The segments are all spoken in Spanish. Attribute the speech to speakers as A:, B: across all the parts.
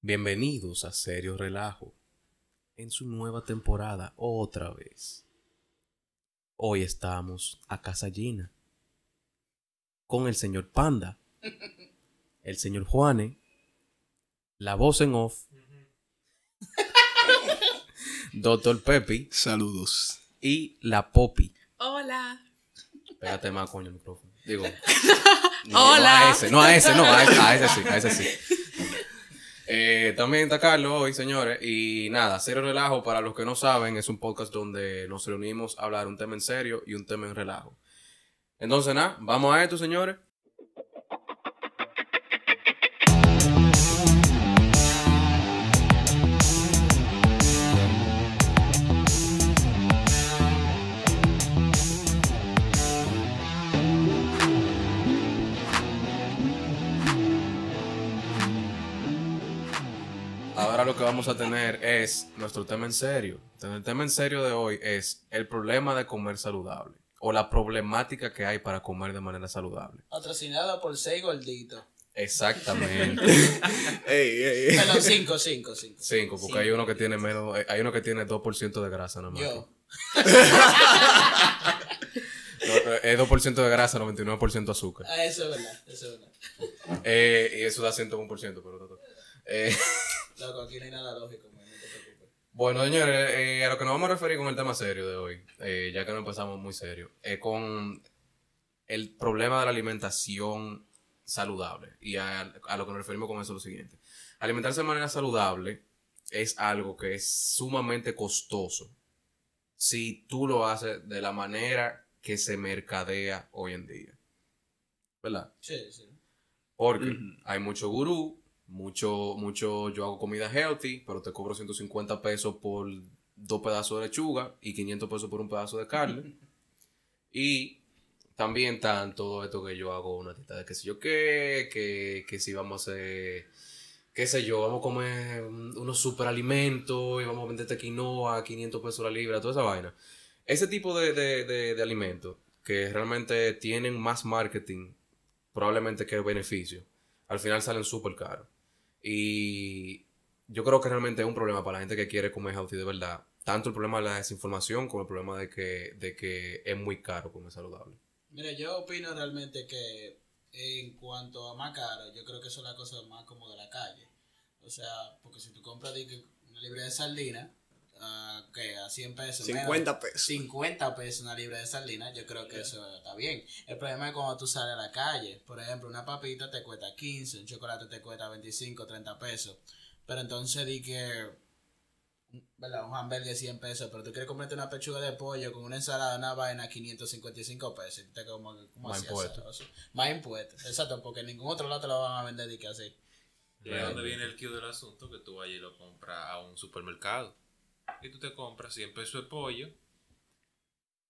A: Bienvenidos a Serio Relajo en su nueva temporada otra vez. Hoy estamos a casa llena con el señor Panda, el señor Juane, la voz en off, Doctor Pepi
B: Saludos.
A: y la Poppy.
C: Hola.
A: Pégate más, coño, el micrófono. Digo, no, no
C: Hola.
A: a ese, no a ese, no, a ese, a ese sí, a ese sí. Eh, también está Carlos hoy, señores. Y nada, Cero Relajo, para los que no saben, es un podcast donde nos reunimos a hablar un tema en serio y un tema en relajo. Entonces, nada, vamos a esto, señores. Ahora lo que vamos a tener es nuestro tema en serio. Entonces, el tema en serio de hoy es el problema de comer saludable o la problemática que hay para comer de manera saludable.
D: Patrocinado por 6 gorditos.
A: Exactamente.
B: Ey, ey, ey.
D: Perdón, 5, 5, 5.
A: Cinco, porque hay uno que tiene menos, eh, hay uno que tiene 2% de grasa nada más.
D: Yo.
A: No, no, es 2% de grasa, 99% azúcar.
D: Ah, eso es verdad, eso es verdad.
A: Eh, y eso da 101%, pero no, no. Eh,
D: Loco, aquí no hay nada lógico, man, no te preocupes.
A: bueno, señores, eh, a lo que nos vamos a referir con el tema serio de hoy, eh, ya que no empezamos muy serio, es con el problema de la alimentación saludable. Y a, a lo que nos referimos con eso es lo siguiente. Alimentarse de manera saludable es algo que es sumamente costoso si tú lo haces de la manera que se mercadea hoy en día. ¿Verdad?
D: Sí, sí.
A: Porque hay mucho gurú, mucho, mucho yo hago comida healthy, pero te cobro 150 pesos por dos pedazos de lechuga y 500 pesos por un pedazo de carne. y también están todo esto que yo hago una tita de qué sé yo qué, que, que si vamos a hacer, qué sé yo, vamos a comer un- unos superalimentos y vamos a venderte quinoa, 500 pesos la libra, toda esa vaina. Ese tipo de, de, de- de alimentos que realmente tienen más marketing probablemente que beneficio. Al final salen súper caros. Y yo creo que realmente es un problema para la gente que quiere comer healthy de verdad. Tanto el problema de la desinformación como el problema de que, de que es muy caro comer saludable.
D: Mira, yo opino realmente que en cuanto a más caro, yo creo que eso es la cosa más como de la calle. O sea, porque si tú compras di que una libra de sardina, ah, que a 100 pesos. menos,
B: 50 pesos.
D: 50 pesos una libra de sardina, yo creo que eso está bien. El problema es cuando tú sales a la calle. Por ejemplo, una papita te cuesta 15, un chocolate te cuesta 25, 30 pesos. Pero entonces di que, ¿verdad? Un hamburger de 100 pesos, pero tú quieres comprarte una pechuga de pollo con una ensalada, una vaina, 555 pesos. Y tú te como, como
A: Más
D: así,
A: impuestos.
D: azaroso. Más impuestos, exacto, porque en ningún otro lado te lo van a vender di que así.
E: Y ahí es
A: Realmente.
E: donde viene el quid del asunto, que tú vas y lo compras a un supermercado. Y tú te compras 100 pesos de pollo,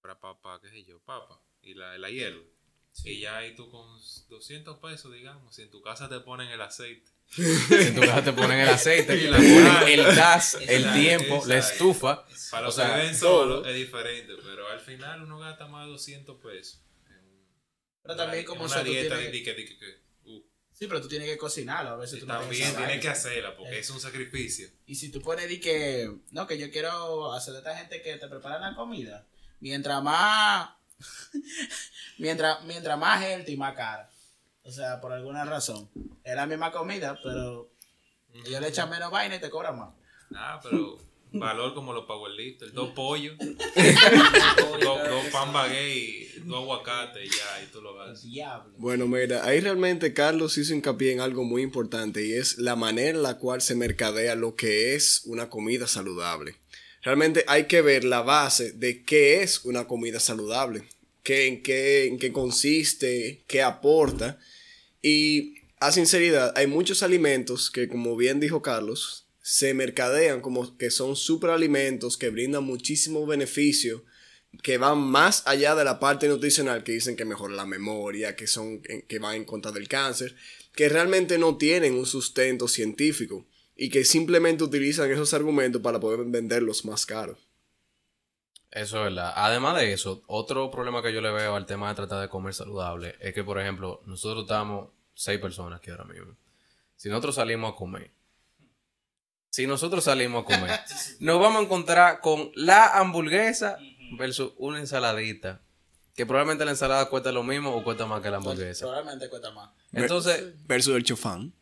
E: para papa, qué sé yo, papa, y la, la hielo. Y ya ahí tú con 200 pesos, digamos, si en tu casa te ponen el aceite.
A: Si en tu casa te ponen el aceite,
E: Y
A: te
E: la
A: ponen
E: moral.
A: el gas, el
E: Exacto,
A: tiempo, la
E: exacto.
A: estufa.
E: Para
A: O
E: los
A: sea,
E: que ven solo es diferente, pero al final uno gasta más de 200 pesos. en
D: Pero
E: una-
D: también
E: en
D: como
E: una
D: sea, tú
E: dieta
D: tienes-
E: de que, de que- que- uh,
D: Sí, pero tú tienes que cocinarlo, a veces tú no tienes
E: también
D: esa
E: tienes
D: vaina.
E: que hacerla porque
D: Eh.
E: es un sacrificio.
D: Y si tú pones di que, no, que yo quiero hacer a esta gente que te prepara la comida, mientras más, mientras, mientras más healthy, más cara. O sea, por alguna razón. Es la misma comida, pero ellos le echan menos vaina y te cobran más.
E: Ah, pero valor como los powerlifters, dos pollos, dos, dos pan bagué y dos aguacates y ya, y tú lo vas.
D: Diablo.
B: Bueno, mira, ahí realmente Carlos hizo hincapié en algo muy importante y es la manera en la cual se mercadea lo que es una comida saludable. Realmente hay que ver la base de qué es una comida saludable, qué, en, qué, en qué consiste, qué aporta. Y a sinceridad, hay muchos alimentos que, como bien dijo Carlos, se mercadean como que son superalimentos que brindan muchísimo beneficio que van más allá de la parte nutricional, que dicen que mejora la memoria, que, son, que van en contra del cáncer, que realmente no tienen un sustento científico y que simplemente utilizan esos argumentos para poder venderlos más caros.
A: Eso es verdad. Además de eso, otro problema que yo le veo al tema de tratar de comer saludable es que, por ejemplo, nosotros estamos seis personas aquí ahora mismo. Si nosotros salimos a comer Si nosotros salimos a comer, nos vamos a encontrar con la hamburguesa versus una ensaladita. Que probablemente la ensalada cuesta lo mismo o cuesta más que la hamburguesa.
D: Probablemente cuesta más.
A: Entonces,
B: Versus el chofán.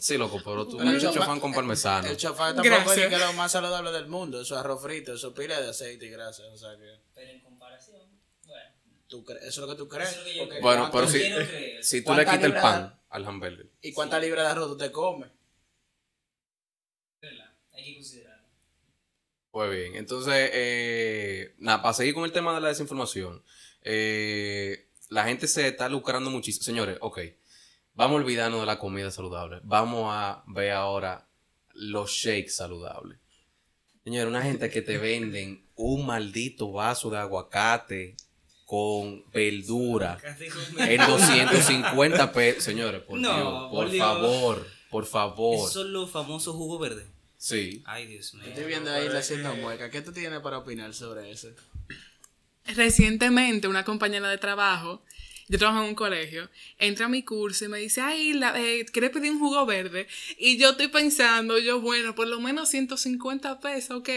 A: sí, loco, pero tú
D: Pero
A: eres
D: el chofán-
A: chofán con parmesano.
D: El chofán tampoco es
C: Gracias.
D: ni que es lo más saludable del mundo. Eso es arroz frito, eso es pila de aceite y grasa. O sea que.
C: Pero en comparación, bueno.
D: ¿tú cre- ¿Eso es lo que tú
C: Eso
D: crees?
C: es lo que yo
D: Porque
C: creo.
A: Bueno, pero
D: ¿cuánto-
A: si,
C: Yo no creo.
A: si tú le
D: ¿Cuántas
A: quitas el
D: libras?
A: pan al hamburger,
D: ¿Y cuántas libras de arroz tú te comes?
C: Hay que considerarlo.
A: Pues bien, entonces, eh, nada, para seguir con el tema de la desinformación, eh, la gente se está lucrando muchísimo. Señores, ok, vamos a olvidarnos de la comida saludable. Vamos a ver ahora los shakes saludables. Señores, una gente que te venden un maldito vaso de aguacate con verdura en 250 pesos. Señores, por
C: No,
A: Dios, por
C: por Dios.
A: favor, por favor.
C: Esos son los famosos jugos verdes.
A: Sí.
C: Ay, Dios mío.
D: Estoy viendo ahí la haciendo mueca. ¿Qué tú tienes para opinar sobre eso?
F: Recientemente, una compañera de trabajo, yo trabajo en un colegio, entra a mi curso y me dice, ay, la, eh, ¿quieres pedir un jugo verde? Y yo estoy pensando, yo, bueno, por lo menos 150 pesos, ok.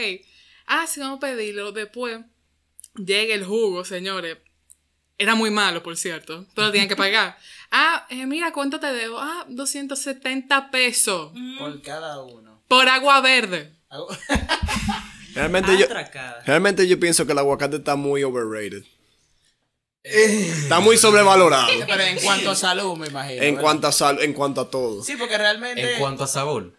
F: Ah, sí, vamos a pedirlo. Después llega el jugo, señores. Era muy malo, por cierto, pero tenían que pagar. Ah, eh, mira, ¿cuánto te debo? Ah, 270 pesos
D: Por cada uno.
F: por agua verde.
D: Agu-
B: Realmente yo,
C: Atracada.
B: realmente yo pienso que el aguacate está muy overrated.
F: Eh.
B: Está muy sobrevalorado.
D: Pero en cuanto a salud, me imagino.
B: En
D: ¿verdad?
B: cuanto a sal, en cuanto a todo.
D: Sí, porque realmente.
A: En cuanto a sabor.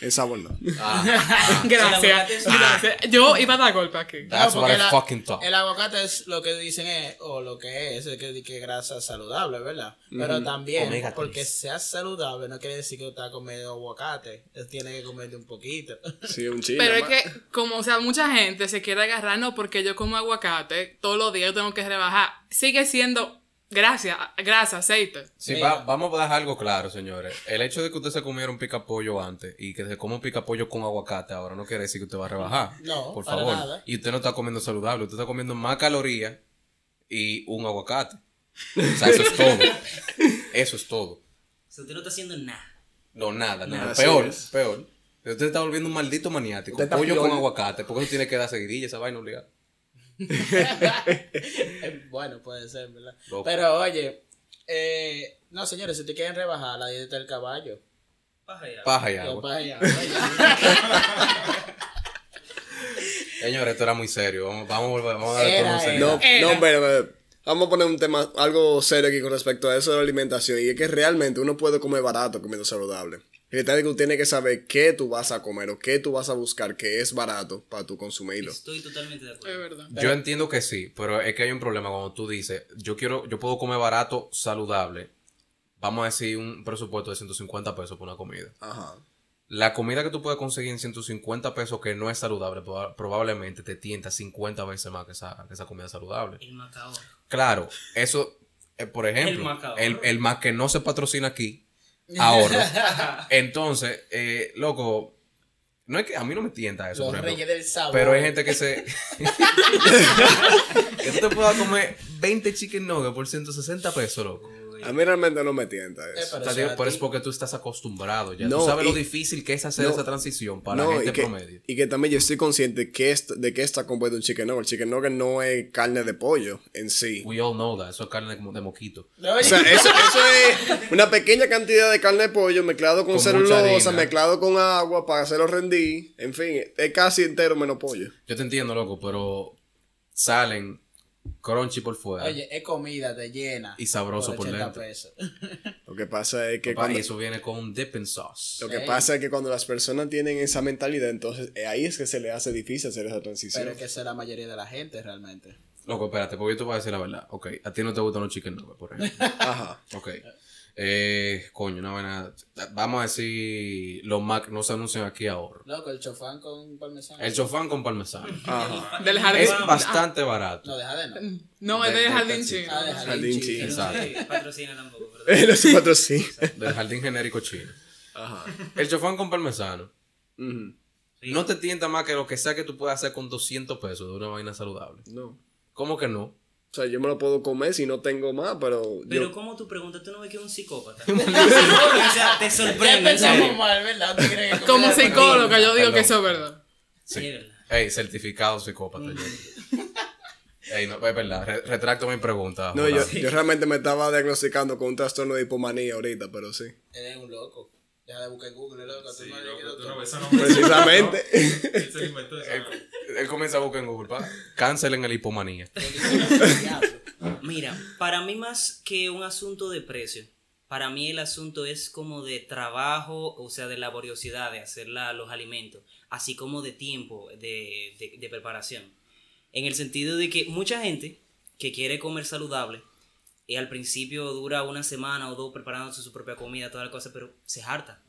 B: El sabor no.
C: Ah. El
F: Gracias.
C: aguacate es-
F: gracias. Yo iba a dar golpe aquí.
D: No,
A: That's what
D: porque
A: I
D: la-
A: fucking thought.
D: El aguacate es lo que dicen es, o lo que es, es que, que grasa saludable, ¿verdad? Pero también,
A: Omega
D: porque
A: tres.
D: sea saludable, no quiere decir que estás comiendo aguacate. Es- Tienes que comerte un poquito.
B: Sí, un chile.
F: Pero es
B: ma-
F: que, como, o sea, mucha gente se quiere agarrar, no, porque yo como aguacate, todos los días yo tengo que rebajar. Sigue siendo grasa, grasa, aceite.
A: Sí,
D: Mira.
A: va- vamos a dejar algo claro, señores. El hecho de que usted se comiera un picapollo antes y que se coma un picapollo con aguacate ahora no quiere decir que usted va a rebajar.
D: No,
A: por
D: para
A: favor.
D: nada.
A: Y usted no está comiendo saludable, usted está comiendo más calorías y un aguacate. O sea, eso es todo. Eso es todo.
C: O sea, usted no está haciendo nada.
A: No, nada, nada.
B: Nada,
A: peor,
B: así es.
A: peor. Usted está volviendo un maldito maniático.
B: Usted está
A: Pollo
B: peor.
A: con aguacate, porque eso tiene que dar seguidilla esa vaina obligada.
D: Eh, bueno, puede ser, ¿verdad?
A: Loco.
D: Pero oye, eh, no señores, si te quieren rebajar la dieta del caballo,
C: Paja y agua.
A: Paja y
D: lo
A: agua.
D: vaya, vaya.
A: Señores, esto era muy serio. Vamos, vamos a volver, vamos a darle
D: Era,
A: todo un
D: era.
A: serio.
B: No,
F: Era.
B: no, pero, pero, vamos a poner un tema, algo serio aquí con respecto a eso de la alimentación. Y es que realmente uno puede comer barato comiendo saludable. El detalle es que tú tienes que saber qué tú vas a comer o qué tú vas a buscar que es barato para tu consumirlo.
C: Estoy totalmente de
F: Es
C: acuerdo.
F: verdad.
A: Yo entiendo que sí, pero es que hay un problema cuando tú dices, yo quiero, yo puedo comer barato, saludable. Vamos a decir un presupuesto de 150 pesos por una comida.
B: Ajá.
A: La comida que tú puedes conseguir en 150 pesos que no es saludable, proba- probablemente te tienta 50 veces más que esa, que esa comida saludable.
C: El macao.
A: Claro, eso, eh, por ejemplo,
C: macabro.
A: el, el más que no se patrocina aquí, ahorra. Entonces, eh, loco, no es que a mí no me tienta eso.
D: los
A: por ejemplo.
D: reyes del sabor.
A: Pero hay gente que se. que tú te puedas comer 20 chicken nuggets por 160 pesos, loco.
B: A mí realmente no me tienta
D: Eh,
B: eso.
D: pero
A: O sea,
D: eso
A: digo,
D: a
A: pero es
D: ti-
A: porque tú estás acostumbrado ya.
B: No,
A: tú sabes
B: y-
A: lo difícil que es hacer
B: no,
A: esa transición para
B: No,
A: la gente
B: y, que,
A: promedio.
B: y que también yo estoy consciente que est- de que está compuesto un chicken nugget. El chicken nugget no es carne de pollo en sí.
A: We all know that. Eso es carne de, mo- de moquito.
B: O
D: Oye,
B: sea, eso, eso es una pequeña cantidad de carne de pollo mezclado con,
A: Con mucha
B: celulosa,
A: harina.
B: mezclado con agua para hacerlo rendir. En fin, es casi entero menos pollo.
A: Yo te entiendo, loco, pero salen crunchy por fuera
D: Oye, es comida, te llena.
A: y sabroso por,
D: 80
A: dentro.
D: pesos.
B: Lo que pasa es que
A: Papá,
B: cuando,
A: y eso viene con un dipping sauce.
B: lo que
D: Ey.
B: pasa es que cuando las personas tienen esa mentalidad, entonces eh, ahí es que se le hace difícil hacer esa transición.
D: Pero es que esa es la mayoría de la gente realmente.
A: Loco, espérate, porque yo te voy a decir la verdad. Ok, a ti no te gustan los chicken nuggets, por ejemplo.
B: Ajá.
A: Ok. Eh, coño, una vaina. Vamos a decir, los Mac no se anuncian aquí ahora.
D: Loco, el chofán con parmesano.
A: El chofán con parmesano.
B: Ajá.
F: Del jardín.
A: Es bastante barato.
D: No, deja de no.
F: No, es
A: de-
F: del
A: de
F: jardín
A: taxi.
F: chino.
D: Ah, de
B: Jardín
D: Jardín
B: chino.
C: Que
D: chino.
C: no
A: Exacto.
C: se patrocina tampoco, ¿verdad?
B: Los cuatro sí.
A: Del jardín genérico chino.
B: Ajá.
A: El chofán con parmesano.
B: Ujú.
C: Sí.
A: No te tienta más que lo que sea que tú puedas hacer con 200 pesos de una vaina saludable.
B: No.
A: ¿Cómo que no?
B: O sea, yo me lo puedo comer si no tengo más, pero,
C: Pero
B: yo...
C: como tú preguntas, tú no ves que es un psicópata. o sea, te
D: Ya
C: sorprende. en
D: pensamos
C: serio.
D: mal, ¿verdad? ¿Tú crees que
F: Como
D: comida
F: psicóloga, yo digo
A: Perdón.
F: que eso es verdad.
C: Sí, es verdad.
A: Ey, certificado psicópata. yo. Ey, no, es verdad. re- retracto mi pregunta.
B: No,
A: Hola.
B: yo, yo realmente me estaba diagnosticando con un trastorno de hipomanía ahorita, pero sí.
D: Eres un loco. Deja de buscar en Google, loco.
E: Sí,
D: tu madre
E: loco,
D: que lo
E: tú no
D: toma.
E: ves esa nombre.
B: Precisamente.
E: Él se inventó esa
A: Él,
E: nombre.
A: él comienza a buscar en Google, pa. Cancelen el hipomanía.
D: Diablo.
C: Mira, para mí más que un asunto de precio, para mí el asunto es como de trabajo, o sea, de laboriosidad de hacer la- los alimentos, así como de tiempo de, de- de preparación. En el sentido de que mucha gente que quiere comer saludable, y al principio dura una semana o dos preparándose su propia comida, toda la cosa, pero se harta.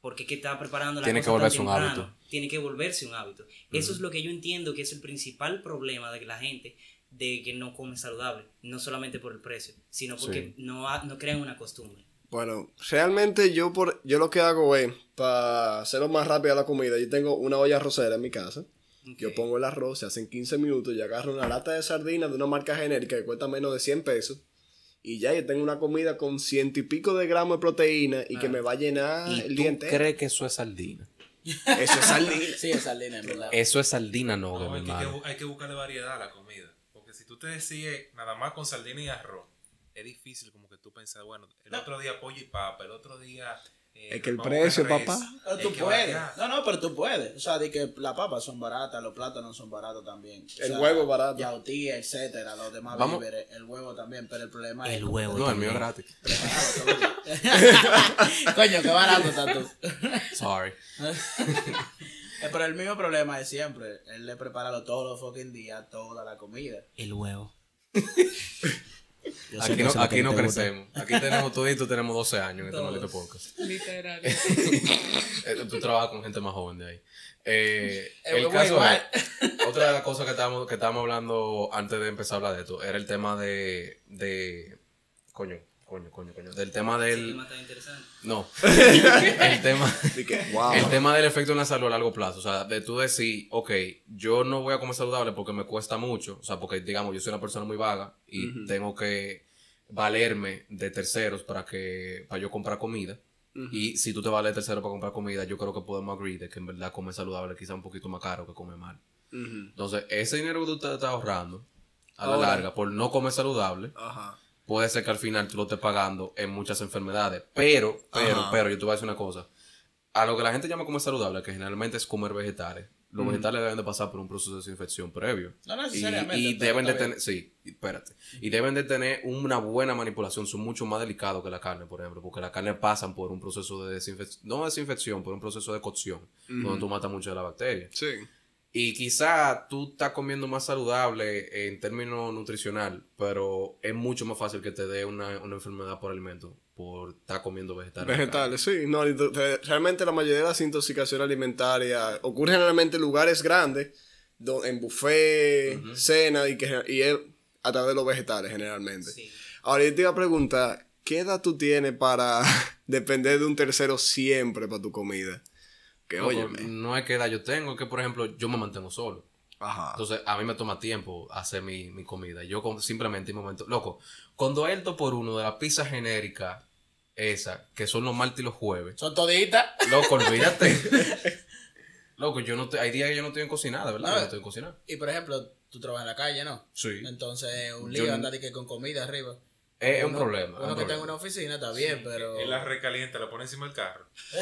C: Porque es que está preparando la
A: Tiene que
C: cosa tan
A: volverse un
C: temprano.
A: hábito.
C: Tiene que volverse un hábito. Eso es lo que yo entiendo que es el principal problema de la gente de que no come saludable. No solamente por el precio, sino porque no, ha- no crean una costumbre.
B: Bueno, realmente yo por yo lo que hago es, para hacerlo más rápido la comida, yo tengo una olla rosera en mi casa. Yo
C: Ok.
B: pongo el arroz, se hacen 15 minutos, yo agarro una lata de sardinas de una marca genérica que cuesta menos de 100 pesos. Y ya yo tengo una comida con ciento y pico de gramos de proteína Ah. y que me va a llenar el diente.
A: que eso es sardina?
B: Eso es sardina.
D: Sí, esa línea, en verdad.
A: Eso es sardina, no,
E: No,
A: mi
E: hay, que,
A: hermano.
E: bu- hay que buscarle variedad a la comida. Porque si tú te decides nada más con sardina y arroz, es difícil como que tú pensar, bueno, el otro día pollo y papa, el otro día... eh,
B: Es que el
E: vamos a
B: precio,
E: res.
B: papá.
D: Pero
E: Hay
D: Ah, tú
E: que
D: puedes.
E: variar.
D: No, no, pero tú puedes. O sea, de que las papas son baratas, los plátanos son baratos también. O
B: El
D: sea,
B: huevo es barato.
D: Yautía, etcétera, los demás
A: Vamos.
D: víveres, el huevo también, pero el problema es.
C: El huevo.
A: No, el mío
C: también.
A: es gratis.
D: Coño, qué barato está tú.
A: Sorry.
D: Eh, Pero el mismo problema es siempre. Él le prepara lo- todos los fucking días, toda la comida.
C: El huevo.
D: Yo sé
A: Aquí
D: que
A: no,
D: eso es lo
A: aquí
D: que a ti
A: no
D: te gusta.
A: crecemos. Aquí tenemos todito, tenemos 12 años en este
C: Todos.
A: maldito podcast.
F: Literal.
A: Eh, Tú trabajas con gente más joven de ahí. Eh,
D: El
A: el
D: huevo
A: caso es,
D: igual.
A: otra de las cosas que estábamos, que estábamos hablando antes de empezar a hablar de esto, era el tema de, de coño, coño, coño, coño, del tema
C: Ese
A: del,
C: tema está interesante.
A: no, el tema,
B: Así que, wow.
A: el tema del efecto en la salud a largo plazo, o sea, de tú decir, ok, yo no voy a comer saludable porque me cuesta mucho, o sea, porque digamos, yo soy una persona muy vaga y tengo que valerme de terceros para que, para yo comprar comida. Y si tú te vales de tercero para comprar comida, yo creo que podemos agree de que en verdad comer saludable quizá un poquito más caro que comer mal.
B: Ujú.
A: Entonces, ese dinero que tú te estás ahorrando a la
B: Ahora.
A: larga por no comer saludable,
B: Ajá.
A: puede ser que al final tú lo estés pagando en muchas enfermedades. Pero, pero,
B: Ajá.
A: pero, yo te voy a decir una cosa. A lo que la gente llama comer saludable, que generalmente es comer vegetales, los vegetales deben de pasar por un proceso de desinfección previo.
D: No
A: Y,
D: necesariamente.
A: y
D: pero
A: deben de
D: está bien.
A: tener, sí, espérate. Y deben de tener una buena manipulación. Son mucho más delicados que la carne, por ejemplo, porque la carne pasan por un proceso de desinfección, no desinfección, por un proceso de cocción, donde tú matas muchas de las bacterias.
B: Sí.
A: Y quizá tú estás comiendo más saludable en términos nutricional, pero es mucho más fácil que te dé una, una enfermedad por alimento por estar comiendo vegetales.
B: Vegetales, sí. No, y tú- te- realmente la mayoría de las intoxicaciones alimentarias ocurren generalmente en lugares grandes, do- en buffet, cena, y, que, y es a través de los vegetales generalmente.
C: Sí.
B: Ahora yo te iba a preguntar, ¿qué edad tú tienes para depender de un tercero siempre para tu comida? Que
A: Loco,
B: óyeme.
A: no es que edad yo tengo, es que por ejemplo yo me mantengo solo.
D: Ah.
B: Ajá.
A: Entonces, a mí me toma tiempo hacer mi, mi comida. Yo com- simplemente en momento. Loco, cuando el dos por uno de la pizza genérica, esa, que son los martes y los jueves.
D: Son toditas.
A: Loco, olvídate. loco, yo no te- hay días que yo no estoy en cocinada, ¿verdad?
D: No.
A: Yo no estoy en cocinada.
D: Y por ejemplo, tú trabajas en la calle, ¿no?
A: Sí.
D: Entonces, un
A: Yo
D: lío
A: no-
D: andar y que con comida arriba.
A: Es, es un
D: Uno-
A: problema. es
D: Uno
A: un
D: que
A: problema.
D: tenga una oficina está bien, pero.
E: Él la recalienta, la pone encima del carro.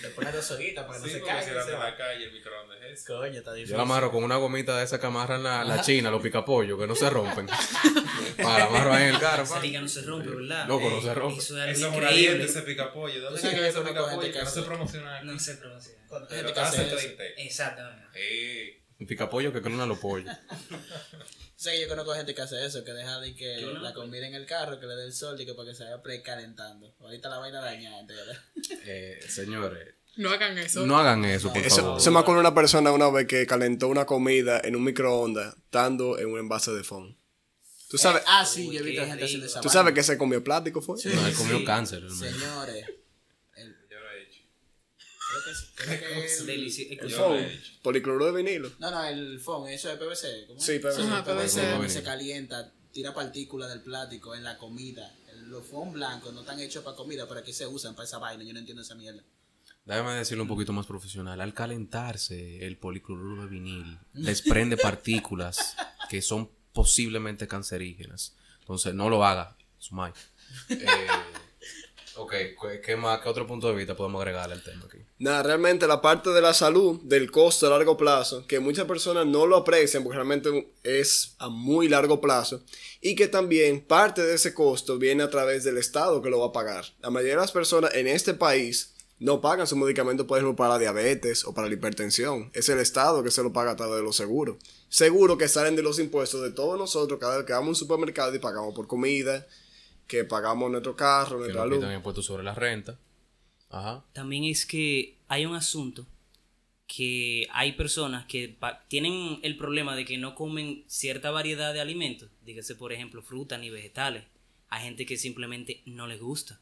D: Te pone dos hojitas para que
E: Sí,
D: no se
E: porque
D: caiga.
E: si
D: y
E: la
D: se
E: de
D: va.
E: la calle, el microondas es ese.
D: Coño, está
A: Yo
D: difícil.
A: la amarro con una gomita de esas que amarran la, la china, los picapollos, que no se rompen. Para la amarro ahí en el carro.
C: Esa
A: pa.
C: liga no se rompe, ¿verdad? Eh,
A: Loco, no se rompe.
C: Eso
E: Eso
C: es
E: es
C: algo
E: un caliente,
C: increíble.
E: ese picapollo. ¿Dónde
D: Tú
E: se
D: sabes
E: que
D: que
E: ese
D: yo conozco
E: picapollo?
D: gente
E: Que
D: que
E: no se
D: hace-
E: promociona
C: No
E: aquí.
C: se pronuncia.
E: Pero
D: Gente que
E: te hace
D: hace eso.
C: Eh.
E: treinta.
C: Exactamente.
E: Ey,
A: Un picapollo que clona los pollos.
D: Sé que yo conozco gente que hace eso, que deja de que
C: Yo no.
D: la comida en el carro, que le dé el sol y que para que se vaya precalentando. Ahorita la vaina dañada entera.
A: Eh, señores,
F: No hagan eso.
A: no hagan eso, por
B: Eso,
A: favor.
B: se me acuerdo una persona una vez que calentó una comida en un microondas, estando en un envase de fondo. ¿Tú sabes,
D: Eh, ah, sí,
C: Uy,
D: yo he visto
C: qué
D: gente haciendo esa
B: ¿tú
D: vaina.
B: sabes que se comió plástico fue?
A: No, él comió
C: Sí.
A: cáncer, hermano.
D: Señores, el-
E: yo lo he hecho.
D: Creo que es- creo que es el-
C: Delici-
B: El
E: Yo
B: foam.
E: le he hecho.
B: Policloruro de vinilo.
D: No, no, el foam, eso es PVC. ¿cómo es?
B: Sí, PVC.
F: Ajá, PVC.
D: Cuando se calienta, tira partículas del plástico en la comida. Los foam blancos no están hechos para comida, pero aquí se usan para esa vaina. Yo no entiendo esa mierda.
A: Déjame decirlo un poquito más profesional. Al calentarse, el policloruro de vinil desprende partículas que son posiblemente cancerígenas. Entonces, no lo haga, Sumay. Eh, ok, ¿qué- ¿qué más? ¿Qué otro punto de vista podemos agregarle al tema aquí?
B: Nada, realmente la parte de la salud, del costo a largo plazo, que muchas personas no lo aprecian porque realmente es a muy largo plazo, y que también parte de ese costo viene a través del Estado que lo va a pagar. La mayoría de las personas en este país no pagan su medicamento, por ejemplo, para la diabetes o para la hipertensión. Es el Estado que se lo paga a través de los seguros. Seguro que salen de los impuestos de todos nosotros cada vez que vamos a un supermercado y pagamos por comida, que pagamos nuestro carro,
A: Que
B: nuestra
A: nos
B: luz.
A: quitan impuestos sobre la renta. Ajá.
C: También es que hay un asunto que hay personas que pa- tienen el problema de que no comen cierta variedad de alimentos, dígase por ejemplo frutas ni vegetales. Hay gente que simplemente no les gusta.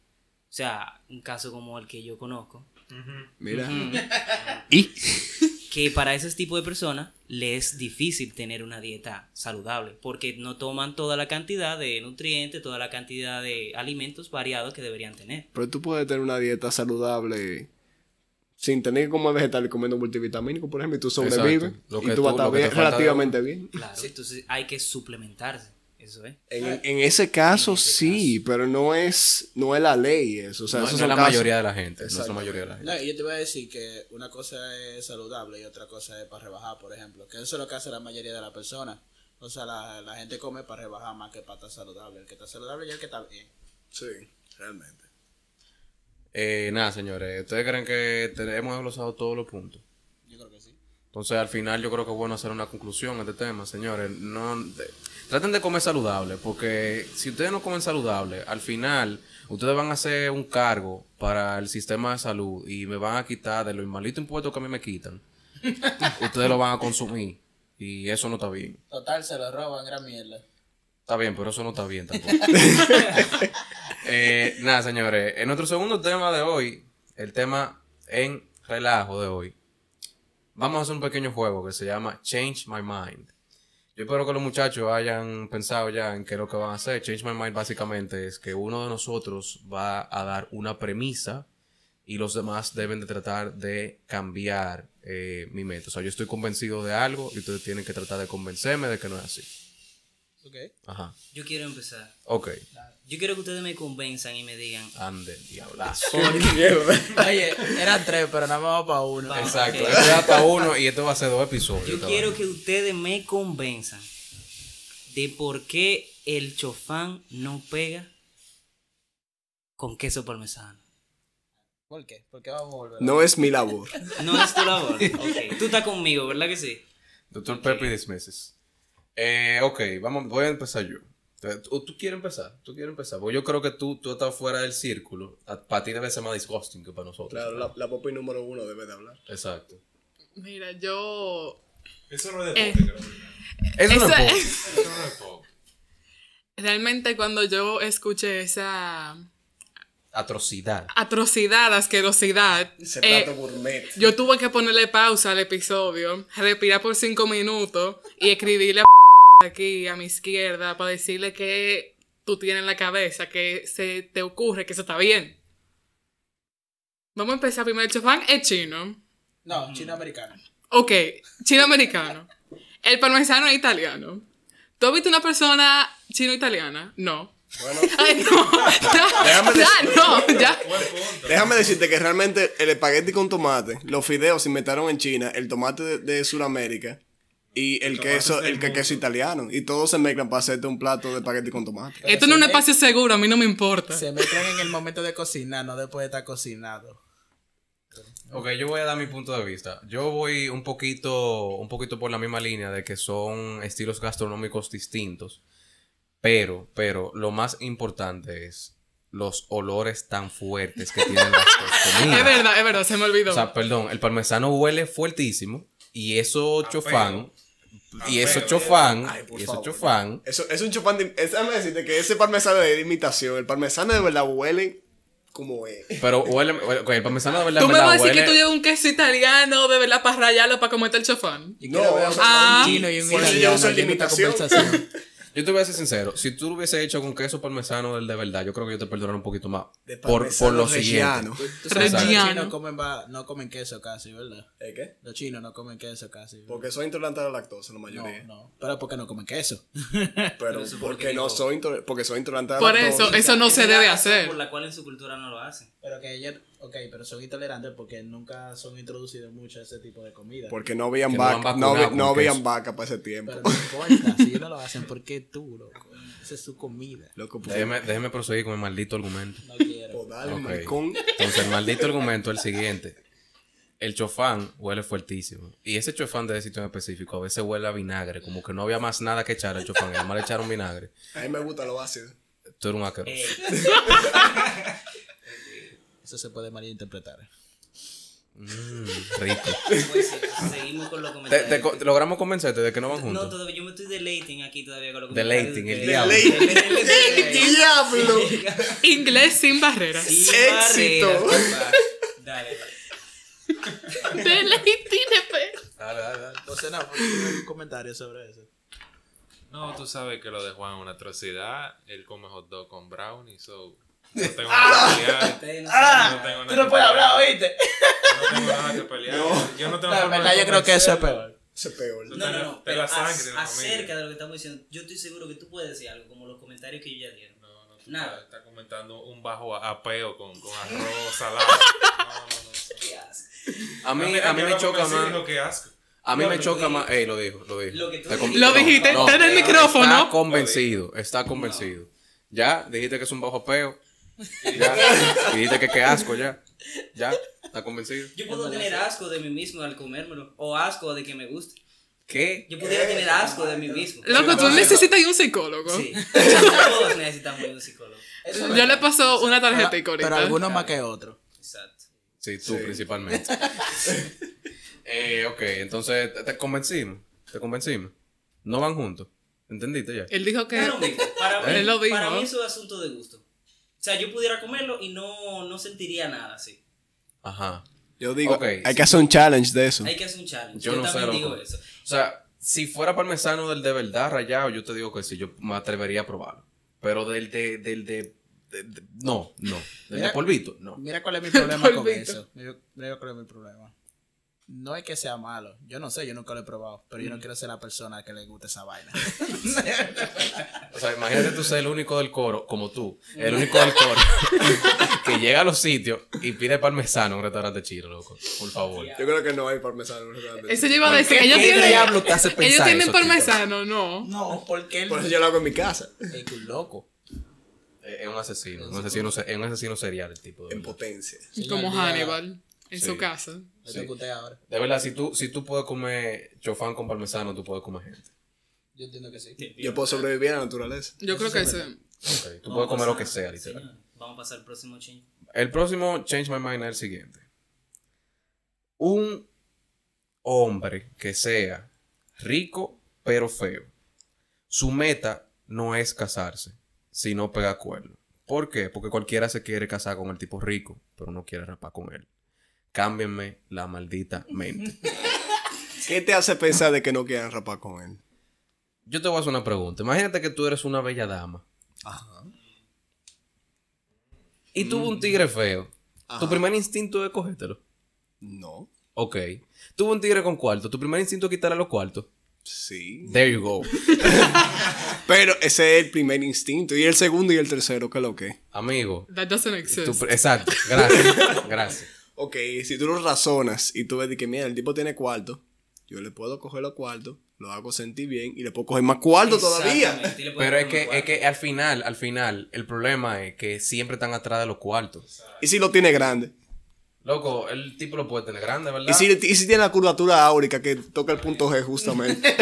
C: O sea, un caso como el que yo conozco,
B: Mira.
C: que para ese tipo de personas le es difícil tener una dieta saludable porque no toman toda la cantidad de nutrientes, toda la cantidad de alimentos variados que deberían tener.
B: Pero tú puedes tener una dieta saludable sin tener que comer vegetales, comiendo multivitamínico, por ejemplo, y tú sobrevives
A: Exacto. Lo
B: y
A: que
B: tú vas
A: tú-
B: a estar
A: lo que te
B: bien-
A: falta de-
B: relativamente bien.
C: Claro, entonces hay que suplementarse, eso es.
B: En, en ese caso
C: En ese
B: sí, pero no es no es la ley eso. O sea,
A: No,
B: esos
A: no
B: son
A: es la
B: casos-
A: mayoría de la gente. No es
B: Exacto.
A: la mayoría de la gente.
D: No, y yo te voy a decir que una cosa es saludable y otra cosa es para rebajar, por ejemplo. Que eso es lo que hace la mayoría de las personas. O sea, la, la gente come para rebajar más que para estar saludable. El que está saludable y el que está bien.
B: Sí, realmente.
A: Eh, nada, señores. ¿Ustedes creen que te- hemos desglosado todos los puntos?
D: Yo creo que sí.
A: Entonces, al final, yo creo que es bueno hacer una conclusión a este tema, señores. No, de- traten de comer saludable, porque si ustedes no comen saludable, al final, ustedes van a hacer un cargo para el sistema de salud y me van a quitar de los malitos impuestos que a mí me quitan. ustedes lo van a consumir y eso no está bien.
D: Total, se lo roban, gran mierda.
A: Está bien, pero eso no está bien tampoco. Eh, nada, señores. En nuestro segundo tema de hoy, el tema en relajo de hoy, vamos a hacer un pequeño juego que se llama Change My Mind. Yo espero que los muchachos hayan pensado ya en qué es lo que van a hacer. Change My Mind básicamente es que uno de nosotros va a dar una premisa y los demás deben de tratar de cambiar eh, mi meta. O sea, yo estoy convencido de algo y ustedes tienen que tratar de convencerme de que no es así.
D: Ok.
A: Ajá.
C: Yo quiero empezar.
A: Ok.
C: Yo quiero que ustedes me convenzan y me digan.
A: Ande, diablazo.
B: ¿eh?
D: Oye, eran tres, pero nada más va para uno.
C: Vamos,
A: Exacto,
C: ok.
A: esto es hasta uno y esto va a ser dos episodios.
C: Yo
A: esta
C: quiero
A: vaina.
C: que ustedes me convenzan de por qué el chofán no pega con queso parmesano.
D: ¿Por qué? ¿Por qué vamos a volver?
B: No es mi labor.
C: No es tu labor. Ok. Tú estás conmigo, ¿verdad que sí?
A: Doctor Pepe dismeses. Eh, ok, vamos, voy a empezar yo. Te- ¿Tú, tú quieres empezar? ¿Tú quieres empezar? Porque yo creo que tú, tú estás fuera del círculo. A- Para ti debe ser más disgusting que para nosotros.
B: Claro, la, la popi número uno debe de hablar.
A: Exacto.
F: Mira, yo.
E: Eso no es
F: Eh.
E: deporte, Carolina.
A: Eso no
F: Eso-
A: es poco.
E: Eso no es deporte.
F: Realmente cuando yo escuché esa
A: Atrocidad.
F: atrocidad, asquerosidad,
B: Ese
F: eh,
B: plato gourmet.
F: yo tuve que ponerle pausa al episodio, respirar por cinco minutos y escribirle a aquí a mi izquierda para decirle que tú tienes en la cabeza, que se te ocurre que eso está bien. Vamos a empezar primero. El chofán es chino.
D: No, chino americano.
F: Ok, chino-americano. El parmesano es italiano. ¿Tú has visto una persona chino-italiana? No. Ay, no. Ya, ya, no, ya.
B: Déjame decirte que realmente el espagueti con tomate, los fideos se inventaron en China, el tomate de, de Sudamérica y el queso, el que- queso italiano. Y todos se mezclan para hacerte un plato de espagueti con tomate.
F: Esto no es un espacio seguro, a mí no me importa.
D: Se meten en el momento de cocinar, no después de estar cocinado.
A: Ok, yo voy a dar mi punto de vista. Yo voy un poquito, un poquito por la misma línea de que son estilos gastronómicos distintos. Pero, pero, lo más importante es los olores tan fuertes que tienen las dos
F: Es
A: comidas.
F: verdad, es verdad, se me olvidó.
A: O sea, perdón, el parmesano huele fuertísimo y eso chofán, y eso chofán,
B: Ay, por
A: y eso
B: favor.
A: chofán.
B: Eso, es un chofán de... es- Déjame decirte que ese parmesano es de imitación. El parmesano de verdad huele como es.
A: Pero huele, huele- ok, para empezar, de verdad,
F: Tú me
A: verdad,
F: vas a decir que
A: huele-
F: tú llevas un queso italiano de verdad para rayarlo para comerte el chofón.
D: Yo
B: No,
D: quiero ver
B: o
D: un,
B: sea,
F: Ah.
D: un chino y un
B: por eso yo
D: italiano
B: uso
D: aquí en esta
B: limitación.
D: conversación.
A: Yo te voy a ser sincero, si tú lo hubiese hecho con queso parmesano del de verdad, yo creo que yo te perdonaría un poquito más.
B: De
A: por, por lo
B: parmesano
A: siguiente.
B: reggiano.
D: Tú- tú sabes que los
F: Reggiano.
D: chinos comen va- no comen queso casi, ¿verdad?
B: ¿Eh, qué?
D: Los chinos no comen queso casi. ¿verdad?
B: Porque soy intolerante a la lactosa, la
D: No,
B: mayoría.
D: no. Pero porque no comen queso.
B: Pero
C: eso fue lo que
B: porque no
C: dijo.
B: soy intoler- porque soy intolerante a la
F: Por
B: lactosa.
F: eso, eso no
C: Esa
F: se
C: es la
F: debe
C: razón
F: hacer.
C: Por la cual en su cultura no lo hacen.
D: Pero que ellos, ok, pero son intolerantes porque nunca son introducidos mucho a ese tipo de comida.
B: Porque no habían
A: Que no
B: vaca,
A: han
B: no,
A: vacunado
B: vi- no
A: con
B: habían
A: queso.
B: vaca para ese tiempo.
D: Pero no importa, si ellos no lo hacen, ¿por qué tú, loco? Esa es su comida.
B: Loco, pues, por,
A: Déjeme, déjeme proseguir con mi maldito argumento.
D: No quiero.
B: por darle
A: Ok.
B: maricón.
A: Entonces, el maldito argumento es el siguiente. El chofán huele fuertísimo. Y ese chofán de ese sitio en específico a veces huele a vinagre. Como que no había más nada que echar al chofán. Y además le echaron vinagre.
B: A mí me gusta lo ácido.
A: Tú eres un asqueroso.
C: Eh,
D: Eso se puede malinterpretar.
A: Mm, rico.
C: pues, seguimos con los
A: Te-
C: comentarios.
A: te co- logramos convencerte de que no van
C: no,
A: juntos.
C: todavía yo me estoy delating aquí todavía con los comentarios.
A: Delating, el
C: de-
A: diablo.
B: Delating.
C: Delating.
B: ¡Diablo!
F: Inglés sin barreras.
C: Sí,
B: Éxito.
C: barrera, compa. Dale.
F: De la ITNP.
A: Dale, dale, dale.
D: No sé, no, un comentario sobre eso.
E: No, tú sabes que lo de Juan es una atrocidad. Él come hot dog con brownie, so. No tengo nada que pelear.
C: Ustedes no
E: Ah, No
D: Ah.
C: saben
E: tengo
C: nada.
E: nada que pelear.
D: ¿oíste?
E: No tengo nada que pelear. Yo no tengo
D: La
E: forma de
D: verdad, yo creo que eso es
E: convencerlo.
D: peor.
B: Ese es peor.
E: No,
C: No, no, no.
E: Te
C: Pero
E: la sangre,
C: ac-
E: la familia.
C: acerca de lo que estamos diciendo, yo estoy seguro que tú puedes decir algo, como los comentarios que ellos ya dieron.
E: No, no, tú
C: Nada.
E: Está, está comentando un bajo a- apeo con, con arroz salado. No, no, no.
C: Qué asco.
A: A mí,
E: Mira,
A: a mí
E: yo
A: me
E: lo
A: choca
E: convencí,
A: más.
E: digo, "Qué asco".
A: A mí
C: No,
A: me
C: lo
A: choca
C: dije.
A: más. Ey, lo dijo, lo dijo.
C: Lo que tú
A: Te
C: dijiste.
A: conven-
F: Lo dijiste,
A: no,
F: está en el
A: no,
F: micrófono.
A: Está convencido, está convencido. Ya, dijiste que es un bajo peo. Ya, dijiste que qué asco, ya. Ya, está convencido.
C: Yo puedo tener asco de mí mismo al comérmelo, o asco de que me guste.
A: ¿Qué?
C: Yo pudiera tener asco de mí mismo.
F: Loco, tú necesitas ir a un psicólogo.
C: Sí. Todos necesitamos un psicólogo.
F: Yo le paso una tarjeta y
D: Pero algunos más que otros.
C: Exacto.
A: Sí, tú principalmente. eh, ok, entonces te- te convencimos. Te convencimos. No van juntos. ¿Entendiste ya?
F: Él dijo que.
C: Es lo mismo. Para mí,
F: Él lo dijo.
C: para mí eso es asunto de gusto. O sea, yo pudiera comerlo y no, no sentiría nada así.
A: Ajá.
B: Yo digo,
A: Ok,
B: hay que hacer un challenge de eso.
C: Hay que hacer un challenge.
A: Yo
C: Yo,
A: no sé,
C: también digo
A: loco.
C: eso.
A: O sea, si fuera parmesano del de verdad rayado, yo te digo que sí, yo me atrevería a probarlo. Pero del de. Del de, de- de- no, no. Del de
D: Mira.
A: polvito, no.
D: Mira cuál es mi problema con
F: Polvito.
D: eso. Mira mira cuál es mi problema. No es que sea malo. Yo no sé, yo nunca lo he probado. Pero
E: Mm.
D: yo no quiero ser la persona que le guste esa vaina.
A: O sea, imagínate tú ser el único del coro, como tú, el único del coro, que llega a los sitios y pide parmesano en un restaurante chino, loco. Por favor.
B: Yo creo que no hay parmesano. en un restaurante.
F: Eso yo iba a decir. Ellos
D: ¿Qué
F: tienen,
D: diablo te hace
F: ellos
A: pensar
F: tienen
A: eso,
F: parmesano, no.
D: No, porque él
B: Por eso yo lo hago en mi casa.
D: es que un loco.
A: Eh, Es un asesino, un asesino, se- es un asesino serial el tipo. De
B: En
A: verdad,
B: potencia.
F: Como
D: Señor,
F: Hannibal en
A: Sí.
F: su casa.
D: Me toca usted ahora.
A: De verdad, si tú, si tú puedes comer chofán con parmesano, tú puedes comer gente.
D: Yo entiendo que sí.
B: Yo puedo sobrevivir a la naturaleza.
F: Yo creo que eso.
A: Ok, Tú
C: Vamos
A: puedes
C: a
A: comer lo
C: pasar-
A: que sea, literal.
C: señor, Vamos a pasar al próximo change.
A: El próximo Change My Mind es el siguiente. Un hombre que sea rico pero feo, su meta no es casarse, sino pegar cuerno. ¿Por qué? Porque cualquiera se quiere casar con el tipo rico, pero no quiere rapar con él. Cámbienme la maldita mente.
B: ¿Qué te hace pensar de que no quieran rapar con él?
A: Yo te voy a hacer una pregunta. Imagínate que tú eres una bella dama. Y tuvo un tigre feo. Tu
B: Ajá.
A: primer instinto es cogértelo.
B: No.
A: Ok. Tuvo un tigre con cuarto. Tu primer instinto es quitarle los cuartos.
B: Sí.
A: There you go.
B: Pero ese es el primer instinto. Y el segundo y el tercero, ¿qué es lo que?
A: Amigo.
F: That doesn't exist.
A: tu pr- exacto. Gracias. Gracias.
B: Ok, si tú lo razonas y tú ves de que, mira, el tipo tiene cuarto, yo le puedo coger los cuartos, lo hago sentir bien y le puedo coger más cuarto todavía.
C: Exactamente, y le puedo
A: Pero es
C: poner
A: que,
C: un
A: es
C: cuarto.
A: que al final, al final, el problema es que siempre están atrás de los cuartos.
B: Y si lo tiene grande.
A: Loco, el tipo lo puede tener grande, ¿verdad?
B: Y si, y si tiene la curvatura áurica que toca el punto G justamente.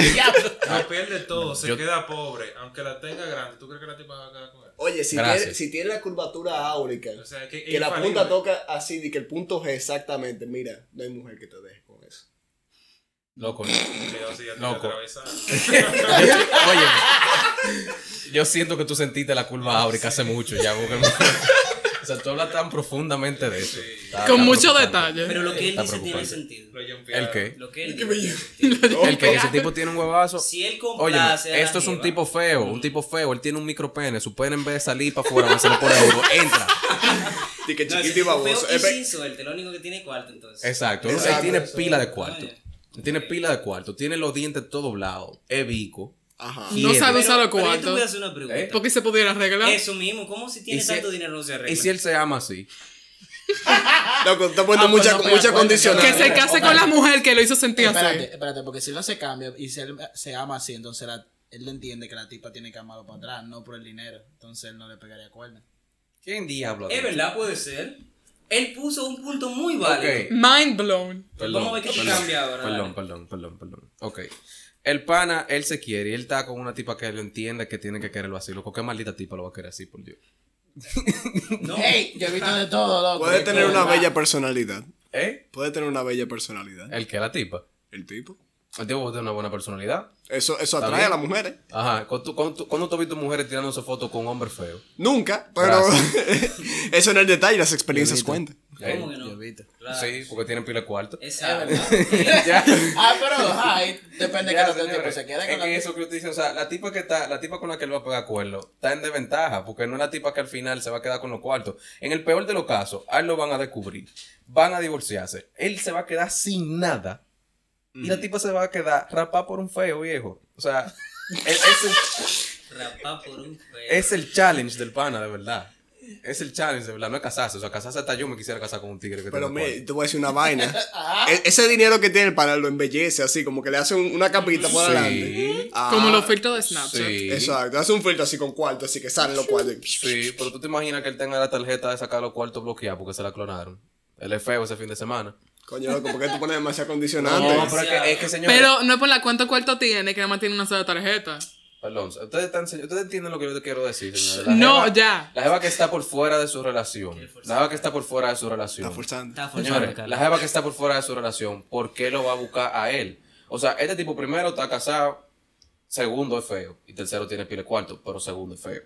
E: No pierde todo, se
A: Yo-
E: queda pobre. Aunque la tenga grande, ¿tú crees que la tipa va a quedar con él?
B: Oye, si
A: Gracias.
B: tiene, si tiene la curvatura áurica,
E: O sea, que-
B: que la
E: infalible.
B: punta toca así y que el punto G exactamente, mira, no hay mujer que te deje con eso.
A: Loco.
E: Cuidado si ya te
A: Loco.
E: atravesas.
A: Oye. Yo siento que tú sentiste la curva áurica hace mucho ya. porque- O sea, tú hablas tan profundamente de eso.
E: Sí.
A: Está-
F: Con
A: está
F: mucho
A: preocupante.
F: detalle.
C: Pero lo que él
A: Está
C: dice tiene
A: preocupante.
C: sentido.
E: Lo
A: ¿El
E: jumpearon.
A: qué?
C: Lo que él
F: Qué
C: dice.
F: bello.
C: tiene sentido.
A: El que ese tipo tiene un huevazo.
C: Si él
A: Oye,
C: complace. a la
A: esto es un
C: jeva,
A: tipo feo, un tipo feo. Él tiene un micropene. Su pene en vez de salir para afuera, se lo pone duro. Entra.
B: Di que
C: no,
B: chiquito
C: ese
B: y
C: tipo feo
B: baboso.
C: y
B: Eh, pe-
C: sin suerte, lo único que tiene es cuarto entonces.
A: Exacto.
B: Exacto.
A: Él tiene
B: Eso,
A: pila de cuarto.
C: coño.
A: Él tiene pila de cuarto. Tiene los dientes todo doblados. Es bico.
B: Ajá.
A: Y-
F: No
A: Quiere.
F: sabe
C: Pero-
F: usar los
C: pero yo te voy a
F: cuartos.
C: hacer una pregunta.
A: ¿Eh?
F: Porque se pudiera arreglar.
C: Eso mismo, ¿cómo si tiene
A: si-
C: tanto dinero no se arregla?
A: Y si él se ama así.
B: Loco, está poniendo muchas
A: no, pero
B: mucha
A: acuérdate,
B: condiciones.
F: Que se case con la mujer que lo hizo sentir así.
D: Espérate, espérate, porque si no se cambia y si él se ama así, entonces la- él entiende que la tipa tiene que amarlo para atrás, no por el dinero. Entonces él no le pegaría cuerda.
A: ¿Quién diablo?
C: Es verdad, puede ser. Él puso un punto muy válido.
A: Ok.
F: Mind blown.
A: Perdón,
C: Vamos a ver qué te
A: perdón,
C: cambia ahora,
A: Perdón,
C: dale.
A: perdón, perdón, perdón. Ok. El pana, él se quiere y él está con una tipa que lo entiende que tiene que quererlo así. Loco, qué maldita tipa lo va a querer así, por Dios.
C: No,
D: ¡Ey! Yo he visto de todo, loco.
B: Puede
D: De
B: tener
D: todo,
B: una
D: ¿verdad?
B: bella personalidad.
A: ¿Eh?
B: Puede tener una bella personalidad.
A: El que la tipa.
B: El tipo.
A: El tipo tiene una buena personalidad.
B: Eso, eso
A: Está
B: atrae a
A: bien.
B: las mujeres.
A: Ajá. ¿Cuándo tú, cuándo tú- cuándo tú has visto mujeres tirándose fotos con hombres feos?
B: Nunca, pero eso en el detalle, las experiencias
A: Yo evito.
B: cuentan.
C: ¿cómo que
A: ¿Eh?
C: no? Eh. Claro.
A: Sí, porque tienen pila de cuarto.
C: Esa-
A: Ya.
D: Ah, pero ajá, ahí depende
A: Ya,
D: de que lo que el tipo
A: señores,
D: se quede
A: es
D: con la
A: que eso que usted dice, o sea, la tipa que está, la tipa con la que él va a pegar cuerno, está en desventaja, porque no es la tipa que al final se va a quedar con los cuartos. En el peor de los casos, a él lo van a descubrir, van a divorciarse, él se va a quedar sin nada, y
B: Mm.
A: la tipa se va a quedar rapada por un feo viejo. O sea, e-, es, es
C: Rapá por un feo.
A: el, es el challenge del pana, de verdad. Es el challenge, de verdad, no es casarse. O sea, casarse hasta yo me quisiera casar con un tigre que
B: Pero
A: tenga
B: me,
A: cuarto.
B: te voy a decir una vaina. E- ese dinero que tiene para lo embellece, así como que le hace un- una capita por
A: Sí.
B: adelante. Ah,
F: Como los filtros de Snapchat.
A: Sí.
B: Exacto, hace un filtro así con cuarto, así que salen los cuartos.
A: Sí, pero tú te imaginas que él tenga la tarjeta de sacar los cuartos bloqueados porque se la clonaron. Él es feo ese fin de semana.
B: Coño, loco, ¿por qué tú pones demasiado
A: No,
B: condicionante?
A: pero es que, es que señores.
F: Pero no es por la cuánto cuarto tiene, que nada más tiene una sola tarjeta.
A: Perdón, ustedes, están, enseñ- ustedes entienden lo que yo te quiero decir, señores.
F: No,
A: jeva-
F: ya.
A: La jeva que está por fuera de su relación. La jeva que está por fuera de su relación.
B: Está forzando.
C: Está forzando,
A: Señores,
C: Carlos.
A: la jeva que está por fuera de su relación, ¿por qué lo va a buscar a él? O sea, este tipo primero está casado, segundo es feo, y tercero tiene pile cuarto, pero segundo es feo.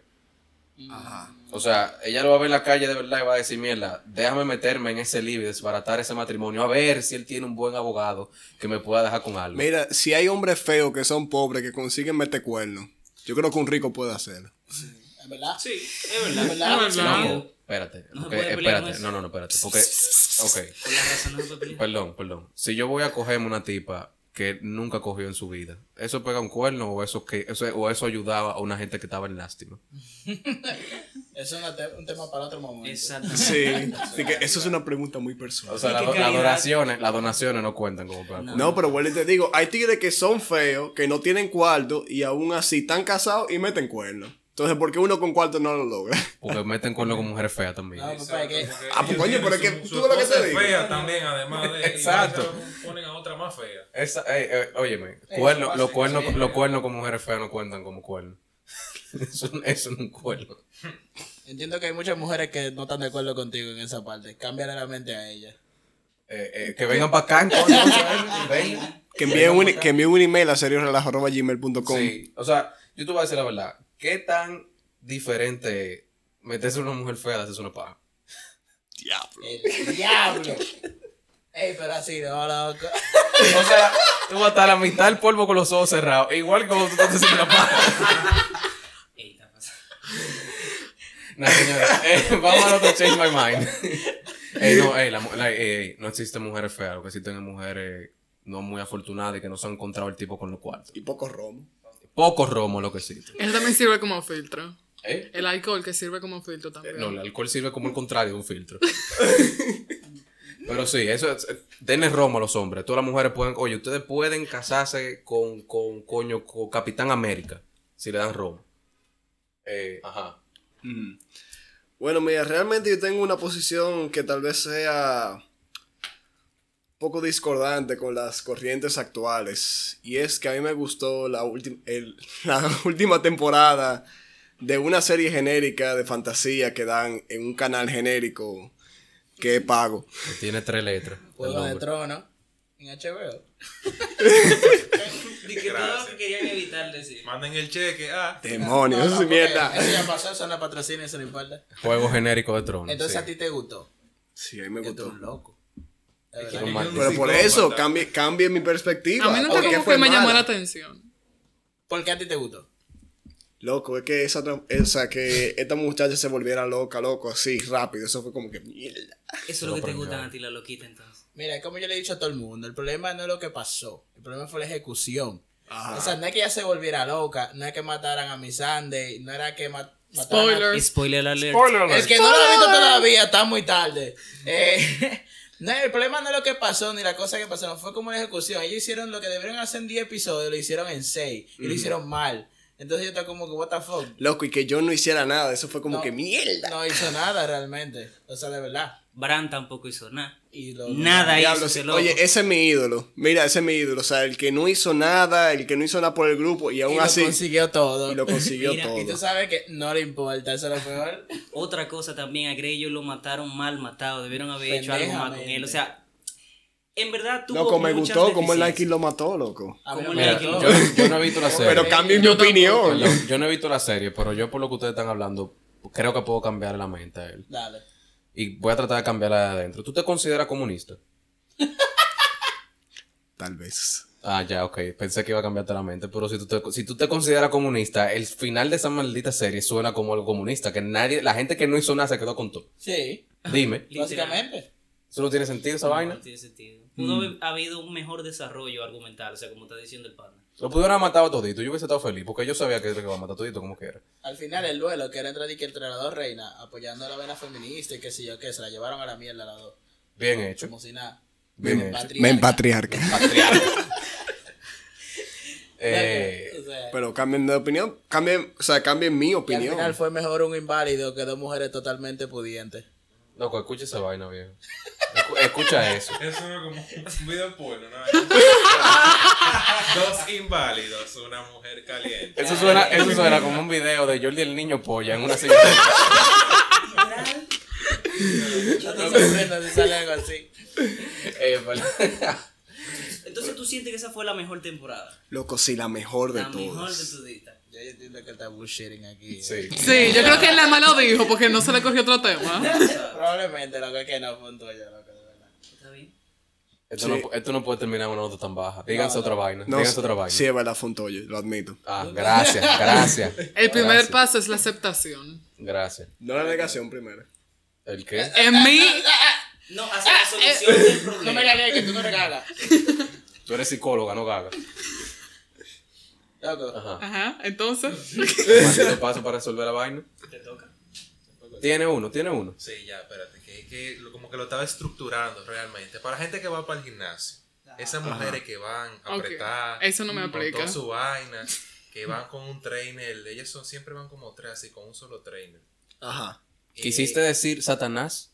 A: O sea, ella lo va a ver en la calle de verdad y va a decir, mierda, déjame meterme en ese lío y desbaratar ese matrimonio, a ver si él tiene un buen abogado que me pueda dejar con algo.
B: Mira, si hay hombres feos que son pobres, que consiguen meter cuernos, yo creo que un rico puede hacerlo.
D: ¿Es verdad?
C: Sí, es verdad.
D: Es verdad.
F: Es verdad.
C: No,
A: no, espérate,
C: No se
A: ok,
C: puede pelear con
A: espérate,
C: eso.
A: no, no, no, espérate, porque, ok,
C: Por la razón no se puede pelear.
A: Perdón, perdón. Si yo voy a cogerme una tipa que nunca cogió en su vida, ¿eso pega un cuerno o eso, que, eso, o eso ayudaba a una gente que estaba en lástima?
D: Eso es una te- un tema para otro momento.
C: Exactamente.
B: Sí, así que eso es una pregunta muy personal.
A: O sea,
C: ¿Y
A: la-
C: qué
A: las
C: calidad?
A: donaciones, las donaciones no cuentan como pega cuerno.
B: No, pero vuelvo y te digo, hay tigres que son feos, que no tienen cuarto y aún así están casados y meten cuernos. Entonces, ¿por qué uno con cuarto no lo logra?
A: Porque meten cuerno con mujeres feas también.
D: No, papá, es que
B: Ah, pues, coño, pero es que tú ves lo que te digo.
E: fea también, además de... y
A: Exacto.
E: luego Ponen a otra más fea.
A: Esa, eh, eh, óyeme, cuerno-
D: pasa,
A: los cuernos
E: sí.
A: los cuernos con mujeres feas no cuentan como cuerno. Eso, eso no es un cuerno.
D: entiendo que hay muchas mujeres que no están de acuerdo contigo en esa parte. Cámbiale la mente a ella.
A: Eh, eh, que vengan para acá, coño. vengan.
B: Que envíen un, que envíen un email a seriosrelajo.gmail.com.
A: Sí, o sea, yo te voy a decir la verdad. ¿Qué tan diferente es meterse una mujer fea de hacerse una paja?
B: Diablo.
D: El diablo. Ey, pero así no, loco.
A: O sea, tú vas a estar a la mitad del polvo con los ojos cerrados. Igual que cuando tú estás haciendo la paja.
C: Ey, está pasando.
A: No, señores. eh, vamos a otro change my mind. Ey, no, ey, la mu- la- ey, ey, no existen mujeres feas. Lo que existen es mujeres no muy afortunadas y que no se han encontrado el tipo con los cuartos.
B: Y poco romo.
A: Pocos romos lo que existe.
F: Eso también sirve como filtro.
A: ¿Eh?
F: El alcohol que sirve como filtro
A: Eh,
F: también.
A: No, el alcohol sirve como el contrario de un filtro. Pero sí, eso es, denle romo a los hombres. Todas las mujeres pueden, oye, ustedes pueden casarse con, con coño, con Capitán América si le dan romo. Eh, ajá.
B: Bueno, mira, realmente yo tengo una posición que tal vez sea un poco discordante con las corrientes actuales. Y es que a mí me gustó la, ulti- el- la última temporada de una serie genérica de fantasía que dan en un canal genérico que pago.
A: Tiene tres letras. el
D: Juego de
A: nombre.
D: trono. en HBO.
C: Dije que todo lo que querían evitar decir.
E: Manden el cheque. Ah,
B: Demonios,
D: No, no, porque
B: mierda.
D: Eso ya pasó, son las patrocinios, eso no importa.
A: Juego genérico de Tron.
D: Entonces
A: sí.
D: a ti te gustó.
B: Sí, a mí me
D: Yo tú
B: gustó.
D: un loco. De
E: Es que
D: verdad.
E: yo
A: mal.
E: soy un
B: Pero por eso,
E: psicópata.
B: cambie, cambie mi perspectiva.
F: A mí nunca
B: ¿Por qué
F: como
B: fue
F: que me llamó
B: mala?
F: la atención.
D: ¿Por qué a ti te gustó?
B: Loco, es que esa, tra- esa que esta muchacha se volviera loca, loco, así rápido. Eso fue como que mierda.
C: Eso es lo que te gustan a ti, la loquita, entonces.
D: Mira, es como yo le he dicho a todo el mundo, el problema no es lo que pasó, el problema fue la ejecución. O sea, no es que ella se volviera loca, no es que mataran a Miss Andy, no era que ma- mataran a-
F: Spoiler.
C: Spoiler alert.
D: El que no lo ha visto todavía está muy tarde. Eh, no, el problema no es lo que pasó ni la cosa que pasaron, fue como la ejecución. Ellos hicieron lo que debieron hacer en 10 episodios, lo hicieron en 6 y lo hicieron mal. Entonces yo estaba como que, what the fuck.
B: Loco, y que yo no hiciera nada. Eso fue como
D: No.
B: que mierda.
D: No hizo nada realmente, o sea, de verdad.
C: Bran tampoco hizo nada.
D: Y lo-
C: Nada hizo
B: Diablo,
C: ese
B: sí.
C: loco.
B: oye, eh. ese es mi ídolo. Mira, ese es mi ídolo. O sea, el que no hizo nada, el que no hizo nada por el grupo y aún
D: y lo
B: así
D: consiguió todo.
B: y lo consiguió
C: Mira,
B: todo.
D: Y tú sabes que no le importa, eso es lo peor.
C: Otra cosa también, a Grey ellos lo mataron mal matado. Debieron haber hecho algo más con él. O sea, en verdad tuvo
B: Loco, me
C: muchas
B: gustó cómo el
C: deficiencias.
B: Nike lo mató, loco.
D: A mí
C: Como
D: no me
A: Mira,
D: gustó.
A: yo, yo no he visto la serie.
B: Pero cambien mi opinión.
A: Perdón, yo no he visto la serie, pero yo por lo que ustedes están hablando, creo que puedo cambiar la mente a él.
D: Dale.
A: Y voy a tratar de cambiarla de adentro. ¿Tú te consideras comunista?
B: Tal vez.
A: Ah, ya, ok. Pensé que iba a cambiarte la mente. Pero si tú te, si tú te consideras comunista, el final de esa maldita serie suena como algo comunista. Que nadie, la gente que no hizo nada se quedó con todo.
D: Sí,
A: Dime.
C: Literal.
D: básicamente.
A: ¿Eso no tiene sentido esa
C: No
A: vaina?
C: tiene sentido. Pudo
B: Mm.
C: haber habido un mejor desarrollo argumental, o sea, como está diciendo el pana.
A: Lo pudieron haber matado todito. Yo hubiese estado feliz porque yo sabía que era que iba a matar todito como quiera.
D: Al final el duelo que era entre Dick y el entrenador reina apoyando a la vena feminista y qué sé yo qué, se la llevaron a la mierda las dos.
A: Bien hecho.
D: Como si nada.
A: Bien
D: Ven,
A: hecho.
D: Patriarca.
B: Men patriarca.
A: Eh,
D: O sea,
B: Pero cambien de opinión. Cambien, o sea, cambien mi
D: que al
B: opinión.
D: final fue mejor un inválido que dos mujeres totalmente pudientes.
A: loco, escucha esa vaina, viejo. Escu- Escucha eso.
E: Eso es como un video porno, ¿no? Dos inválidos, una mujer caliente.
A: Eso suena, eso suena como un video de Jordi el niño polla en una silla.
D: No te sorprendas si sale algo así.
A: Eh, pero-
C: Entonces tú sientes que esa fue la mejor temporada.
B: Loco, sí, la mejor de
C: La mejor de
B: todas.
C: tudita.
D: Yo yo entiendo que está bullshitting aquí. eh.
A: sí.
F: Sí, yo creo que él nada más lo dijo porque no se le cogió otro tema.
D: Probablemente lo que es que no fue un tuyo, loco, de verdad.
C: ¿Está bien?
A: Esto,
B: Sí.
A: no, esto no puede terminar en una nota tan baja. Díganse otra vaina.
B: No,
A: Díganse otra vaina.
B: sí, es verdad, fue un toyo, lo admito.
A: Ah, gracias, gracias.
F: El primer
A: Gracias,
F: paso es la aceptación.
A: Gracias.
B: No la negación primero.
A: ¿El qué?
F: En mí,
C: No, hacia la solución del
D: No me
C: problema.
D: gané, que tú no regalas.
A: Tú eres psicóloga, no gaga.
D: Loco,
A: Ajá.
F: ajá, entonces.
A: Maldito paso para resolver la vaina.
C: Te toca.
A: Tiene uno, tiene uno.
E: Sí, ya, espérate, que, que lo- como que lo estaba estructurando realmente. Para la gente que va para el gimnasio, esas mujeres que van a
F: Ok,
E: apretar,
F: eso no me
E: con
F: aplica.
E: toda su vaina, que van con un trainer, ellas son, siempre van como tres así, con un solo trainer.
B: Ajá.
A: ¿Quisiste decir Satanás?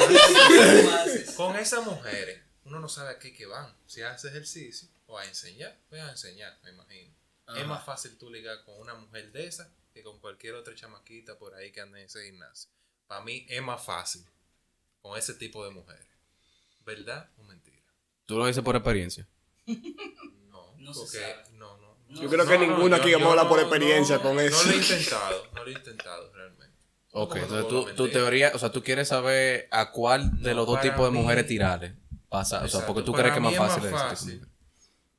E: Con esas mujeres, uno no sabe a qué que van, si hace ejercicio o a enseñar, voy a enseñar, me imagino. Es más fácil tú ligar con una mujer de esas que con cualquier otra chamaquita por ahí que anda en ese gimnasio. Para mí es más fácil con ese tipo de mujeres. ¿Verdad o mentira?
A: Tú lo dices por experiencia.
E: No,
C: No se
E: porque
C: sabe.
E: no, no.
B: Yo creo que ninguno aquí
E: yo-
B: vamos a hablar
E: yo
B: por
E: no-
B: experiencia
E: no-
B: con eso.
E: No lo he intentado, no lo he intentado realmente.
A: Ok,
E: ¿Cómo no
A: entonces
E: puedo
A: tú, tu
E: mentir?
A: teoría, o sea, tú quieres saber a cuál de
E: No,
A: los dos
E: para
A: tipos de
E: mí-
A: mujeres tirarle. Pasa, o sea,
E: Exacto,
A: porque tú
E: para
A: crees que es más
E: mí
A: fácil de ese tipo de mujer.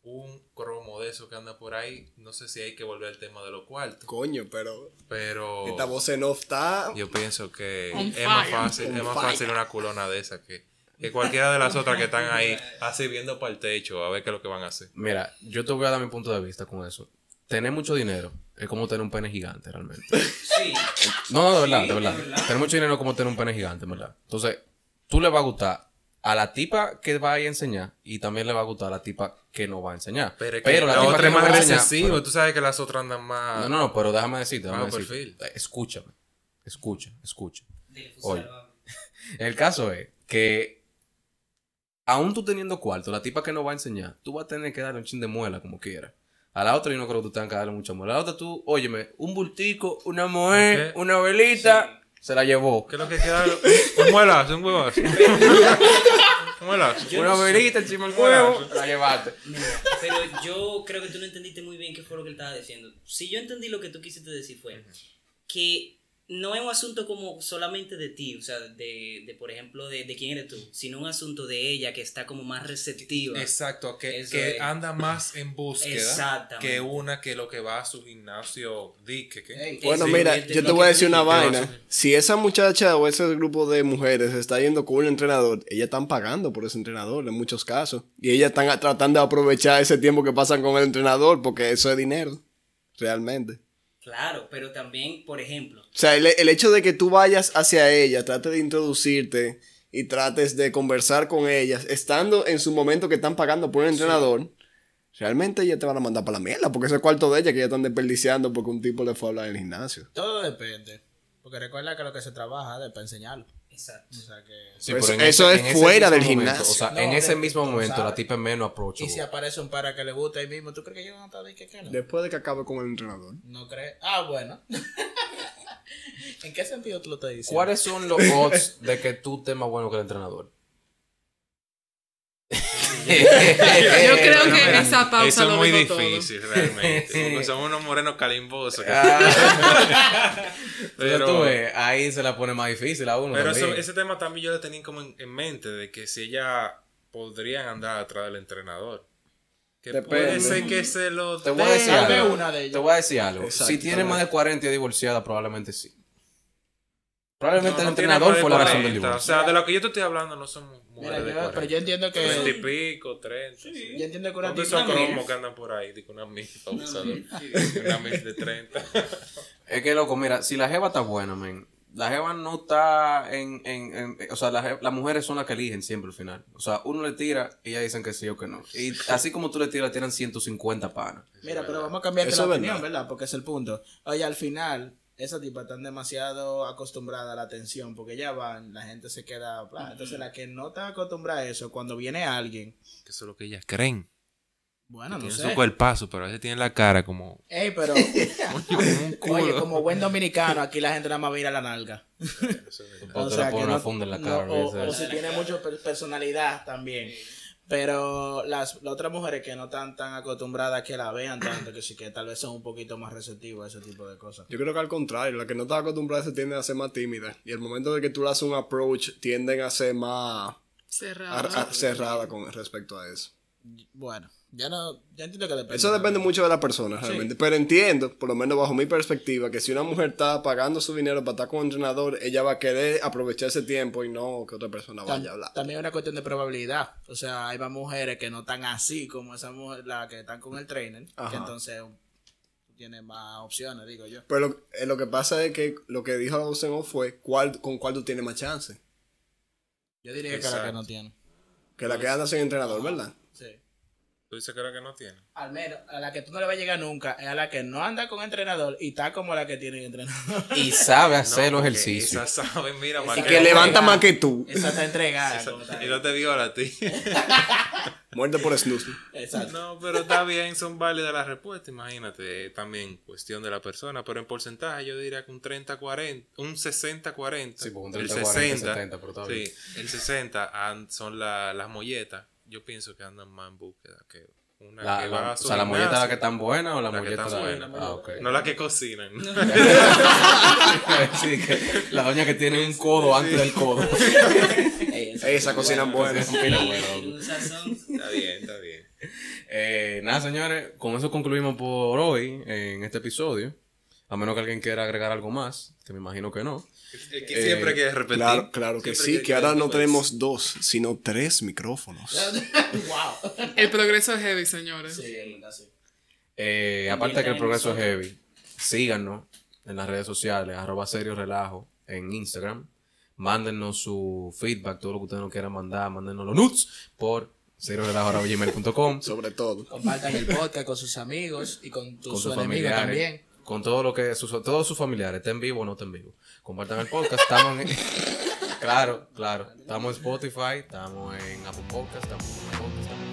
E: Un cromo de esos que anda por ahí, no sé si hay que volver al tema de los cuartos,
B: Coño, pero
A: Oh.
E: pero
B: esta voz en off está.
E: yo pienso que
F: On
E: es más
F: fire.
E: fácil, es más fácil una culona de esas que, que cualquiera de las otras que están ahí así viendo para el techo a ver qué es lo que van a hacer.
A: Mira, yo te voy a dar mi punto de vista con eso. Tener mucho dinero es como tener un pene gigante, realmente.
C: Sí.
A: No, no, de verdad,
C: Sí,
A: de verdad.
C: de verdad.
A: Tener mucho dinero es como tener un pene gigante, en ¿verdad? Entonces, tú le va a gustar a la tipa que va a ir a enseñar y también le va a gustar a la tipa que no va a enseñar.
E: Pero, es que
A: Pero
E: la,
A: tipa
E: otra es
A: no va
E: más
A: a enseñar,
E: recesiva,
A: pero-
E: tú sabes que las otras andan más...
A: No, no, no, pero déjame decirte, déjame
E: Bajo
A: decirte.
E: perfil.
A: Eh, Escúchame, escucha, escucha.
C: Dele, pues,
A: Oye.
C: salva.
A: El caso es que, aún tú teniendo cuarto, la tipa que no va a enseñar, tú vas a tener que darle un chin de muela como quieras. A la otra yo no creo que tú tengas que darle mucha muela. A la otra tú, óyeme, un bultico, una mujer,
E: Ok.
A: una velita, se la llevó.
E: ¿Qué es lo que queda? Un muelazo, un huevazo. Un helazo.
C: Yo
A: Una
C: no sé.
A: velita encima del huevo, la llevaste.
C: Mira, pero yo creo que tú no entendiste muy bien qué fue lo que él estaba diciendo. Si yo entendí lo que tú quisiste decir fue que no es un asunto como solamente de ti, o sea, de, de, por ejemplo, de, de quién eres tú, sino un asunto de ella que está como más receptiva.
E: Exacto, que,
C: Eso
E: que
C: es.
E: anda más en búsqueda
C: Exactamente.
E: que una que lo que va a su gimnasio dique. Que,
D: Ey,
B: Bueno,
C: Sí,
B: mira,
C: es de
B: yo
C: lo
B: te
C: que
B: voy a
C: tú
B: decir una
C: dijiste.
B: vaina.
E: Pero-
B: Si esa muchacha o ese grupo de mujeres está yendo con un entrenador, ellas están pagando por ese entrenador en muchos casos. Y ellas están a- tratando de aprovechar ese tiempo que pasan con el entrenador porque eso es dinero, realmente.
C: Claro, pero también, por ejemplo,
B: O sea, el, el hecho de que tú vayas hacia ella, trates de introducirte y trates de conversar con ellas, estando en su momento que están pagando por un entrenador, realmente ellas te van a mandar para la mierda porque ese cuarto de ellas que ya están desperdiciando porque un tipo le fue a hablar en el gimnasio.
D: Todo depende. Porque recuerda que lo que se trabaja es para enseñarlo.
C: exacto.
D: O sea que.
E: Sí,
B: Pues
E: pero en
B: eso
E: ese-
B: es
E: en ese
B: fuera
E: mismo
B: del
E: momento,
B: gimnasio.
E: O sea,
D: No,
A: en
D: de-
A: ese mismo
D: tú
A: momento,
D: sabes.
A: la tipa es menos
D: Y si
A: approachable.
D: aparece un para que le gusta ahí mismo, ¿tú crees que yo no te dije que no?
B: Después de que acabe con el entrenador.
D: No crees. Ah, bueno. ¿En qué sentido tú lo estás diciendo?
A: ¿Cuáles son los odds de que tú estés más bueno que el entrenador?
F: Yo creo que en esa pausa
E: eso es
F: lo
E: muy
F: digo todo.
E: difícil, realmente. porque son unos morenos calimbosos.
A: Ah,
E: que-
A: Pero
E: Pero-
A: tú ves, ahí se la pone más difícil a uno.
E: Pero
A: también.
E: eso- ese tema también yo lo tenía como en, en mente, de que si ella podrían andar atrás del entrenador. Que
B: Depende.
E: puede ser que se lo
A: Te voy a decir
E: den.
D: Dame
A: algo.
D: una de ellas.
A: Te voy a decir algo.
B: Exacto.
A: si tiene más de 40 divorciada, probablemente sí. Probablemente
E: No,
A: el
E: no tiene
A: entrenador
E: por
A: fue la
E: ahí
A: razón del
E: 40. O
A: divorcio.
E: sea, de lo que yo te estoy hablando no son
D: Mira, yo-
E: mujeres de
D: pero yo
E: 40.
D: entiendo que.
E: 20 y pico, 30. sí.
D: Yo entiendo que una
E: ¿Dónde
D: tipa.
E: son
C: Una
E: cromos
C: milf.
E: que andan por ahí? Digo, una mil abusador. Una mil de 30.
A: Es que loco, mira, si la jeva está buena, men. La jeva no está en... en, en- o sea, la je- las mujeres son las que eligen siempre al final. O sea, uno le tira y ellas dicen que sí o que no. Y así como tú le tiras, tiran 150 panas.
D: Mira, pero vamos a cambiarte
B: Eso
D: la
B: es
D: opinión,
B: verdad.
D: ¿verdad? Porque es el punto. Oye, al final, esa tipa están demasiado acostumbrada a la atención, porque ya van, la gente se queda. bla. Entonces, la que no está acostumbrada a eso, cuando viene alguien,
E: Que eso es lo que ellas creen.
D: bueno, Ah, no
E: tienen
D: sé.
E: su cuerpazo, pero a veces tienen la cara como,
D: Ey, pero,
E: como un culo.
D: oye, como buen dominicano, aquí la gente nada más mira la nalga.
A: O te la ponen una funda en la cara.
D: no, o,
A: olvídate de
D: o
A: eso.
D: si tiene mucha per- personalidad también. Pero las, las otras mujeres que no están tan acostumbradas a que la vean tanto, que sí que tal vez son un poquito más receptivas a ese tipo de cosas.
B: Yo creo que al contrario, la que no está acostumbrada se tienden a ser más tímida. Y al momento de que tú le haces un approach, tienden a ser más
E: Ah,
F: Cerrado.
B: ar- ar- cerrada con respecto a eso.
D: Bueno, ya no, ya entiendo que depende.
B: Eso depende mucho de la persona, realmente. Pero entiendo, por lo menos bajo mi perspectiva, que si una mujer está pagando su dinero para estar con un entrenador, ella va a querer aprovechar ese tiempo y no que otra persona
D: Tam-
B: vaya a hablar.
D: También es una cuestión de probabilidad. O sea, hay más mujeres que no están así como esa mujer, la que están con el trainer,
B: Ajá.
D: que entonces tiene más opciones, digo yo.
B: Pero lo, eh, lo que pasa es que lo que dijo Austin O fue cuál, con cuál tú tienes más chance.
D: Yo diría que la que
E: Exacto.
D: no tiene.
B: Que la que anda sin entrenador, ¿verdad?
D: Sí.
E: Tú dices que era que no tiene.
D: Al menos, a la que tú no le vas a llegar nunca, es a la que no anda con entrenador y está como la que tiene entrenador.
A: Y sabe hacer
E: Hacerlo
A: los ejercicios.
E: Esa sabe, mira,
D: Esa
B: Y
E: más
B: que
D: Esa-
B: levanta más que tú.
D: Esa está entregada. como
E: Y
D: tal.
E: no te viola a ti.
B: Muerte por snus.
D: Exacto.
E: No, pero está bien, son válidas las respuestas, imagínate. eh, También cuestión de la persona, pero en porcentaje yo diría que un 30-40, un 60-40.
A: Sí, porque un
E: el
A: 30-40, 70, pero está bien.
E: Sí, el 60 an- son la- las molletas. Yo pienso que andan más en búsqueda que una
A: La-
E: que
A: la-
E: va a
A: o
E: su
A: sea, la
E: gimnasio,
A: molleta la que tan buena o la,
E: la que
A: molleta
E: está
A: la-
E: buena.
A: Ah, ok.
E: No la que cocinan.
A: Sí, que la doña que tiene un codo antes del codo.
B: Esa cocina buena.
A: Sí, la buena,
C: Y
A: loco.
C: un sazón.
E: está bien, está bien.
A: Eh, nada, señores, con eso concluimos por hoy eh, en este episodio. A menos que alguien quiera agregar algo más, que me imagino que no. Eh,
E: Es que siempre quieres repetir.
B: Claro, claro que
E: Siempre
B: sí,
E: quieres
B: que pues. ahora no
E: repetir.
B: tenemos dos, sino tres micrófonos.
D: wow.
F: El progreso es heavy, señores.
D: Sí, es verdad, sí.
A: Eh, aparte de que el progreso es heavy, síganos en las redes sociales, arroba serio relajo en Instagram. Mándennos su feedback, todo lo que ustedes nos quieran mandar, mándennos los nuts por serio
B: Sobre todo.
D: Compartan el podcast con sus amigos y con tus
A: con sus
D: enemigos
A: familiares.
D: también.
A: Con todo lo que sus, todos sus familiares, estén vivos o no estén vivos. Compartan el podcast, estamos en Claro, claro. Estamos en Spotify, estamos en Apple Podcast, estamos en Google Podcast, estamos en